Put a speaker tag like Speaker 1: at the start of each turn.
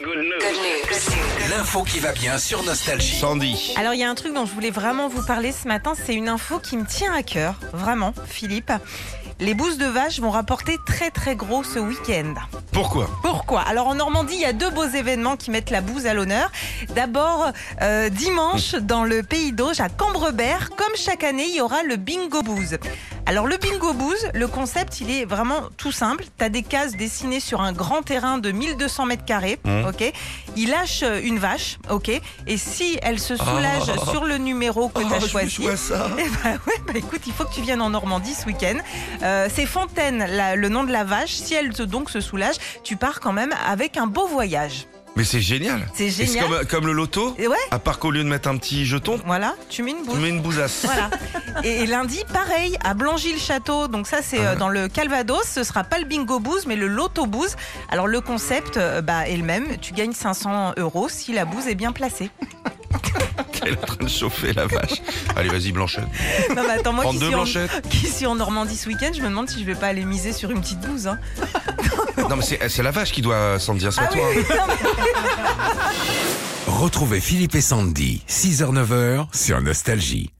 Speaker 1: Good news.
Speaker 2: L'info qui va bien sur Nostalgie.
Speaker 3: Sandy.
Speaker 4: Alors il y a un truc dont je voulais vraiment vous parler ce matin, c'est une info qui me tient à cœur, vraiment, Philippe. Les bouses de vache vont rapporter très très gros ce week-end.
Speaker 3: Pourquoi
Speaker 4: Pourquoi Alors en Normandie, il y a deux beaux événements qui mettent la bouse à l'honneur. D'abord, euh, dimanche, dans le pays d'Auge, à Cambrebert, comme chaque année, il y aura le bingo bouse. Alors le bingo bouse, le concept, il est vraiment tout simple. Tu as des cases dessinées sur un grand terrain de 1200 mètres carrés,
Speaker 3: Mhm.
Speaker 4: ok Il lâche euh, une vache, ok Et si elle se soulage sur le numéro que
Speaker 3: Oh,
Speaker 4: tu as choisi,
Speaker 3: ça.
Speaker 4: eh ben ouais, bah écoute, il faut que tu viennes en Normandie ce week-end. Euh, c'est Fontaine, la- le nom de la vache. Si elle te, donc se soulage, tu pars quand même avec un beau voyage.
Speaker 3: Mais c'est génial.
Speaker 4: C'est
Speaker 3: Et C'est
Speaker 4: génial.
Speaker 3: comme, comme le loto.
Speaker 4: Et ouais,
Speaker 3: À part qu'au lieu de mettre un petit jeton,
Speaker 4: voilà, tu mets une
Speaker 3: tu
Speaker 4: boule.
Speaker 3: mets une bousasse.
Speaker 4: Voilà. Et, et lundi, pareil, à Blangy-le-Château. Donc ça, c'est
Speaker 3: Ah.
Speaker 4: euh, dans le Calvados. Ce sera pas le bingo bouse, mais le loto bouse. Alors le concept euh, bah, est le même. Tu gagnes 500 euros si la bouse est bien placée.
Speaker 3: Elle est en train de chauffer la vache. Allez, vas-y, Blanchette.
Speaker 4: Non, mais attends, moi
Speaker 3: Prends
Speaker 4: qui
Speaker 3: deux
Speaker 4: suis, en,
Speaker 3: blanchettes.
Speaker 4: qui suis en Normandie ce week-end, je me demande si je vais pas aller miser sur une petite bouse. hein.
Speaker 3: Non, mais c'est c'est la vache qui doit s'en dire, c'est
Speaker 4: Ah
Speaker 3: pas
Speaker 4: oui,
Speaker 3: toi. hein.
Speaker 4: oui, non, mais-
Speaker 2: Retrouvez Philippe et Sandy, 6h-9h sur Nostalgie.